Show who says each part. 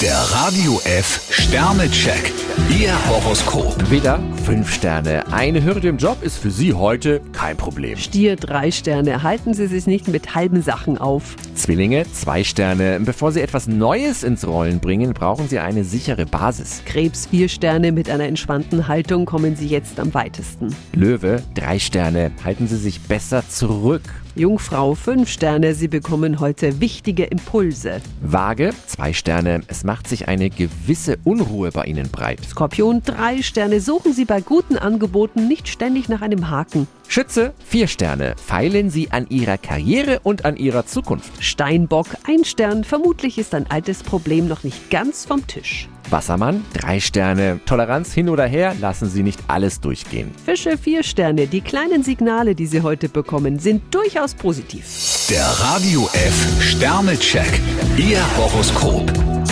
Speaker 1: Der Radio F Sternecheck. Ihr Horoskop.
Speaker 2: Widder, 5 Sterne. Eine Hürde im Job ist für Sie heute kein Problem.
Speaker 3: Stier drei Sterne. Halten Sie sich nicht mit halben Sachen auf.
Speaker 2: Zwillinge, 2 Sterne. Bevor Sie etwas Neues ins Rollen bringen, brauchen Sie eine sichere Basis.
Speaker 3: Krebs vier Sterne. Mit einer entspannten Haltung kommen Sie jetzt am weitesten.
Speaker 2: Löwe, 3 Sterne. Halten Sie sich besser zurück.
Speaker 3: Jungfrau fünf Sterne. Sie bekommen heute wichtige Impulse.
Speaker 2: Waage, 2 Sterne. Es macht sich eine gewisse Unruhe bei Ihnen breit.
Speaker 3: Skorpion drei Sterne. Suchen Sie bei guten Angeboten nicht ständig nach einem Haken.
Speaker 2: Schütze, 4 Sterne. Feilen Sie an Ihrer Karriere und an Ihrer Zukunft.
Speaker 3: Steinbock ein Stern. Vermutlich ist ein altes Problem noch nicht ganz vom Tisch.
Speaker 2: Wassermann, 3 Sterne. Toleranz hin oder her, lassen Sie nicht alles durchgehen.
Speaker 3: Fische vier Sterne. Die kleinen Signale, die Sie heute bekommen, sind durchaus positiv.
Speaker 1: Der Radio F Sternecheck. Ihr Horoskop.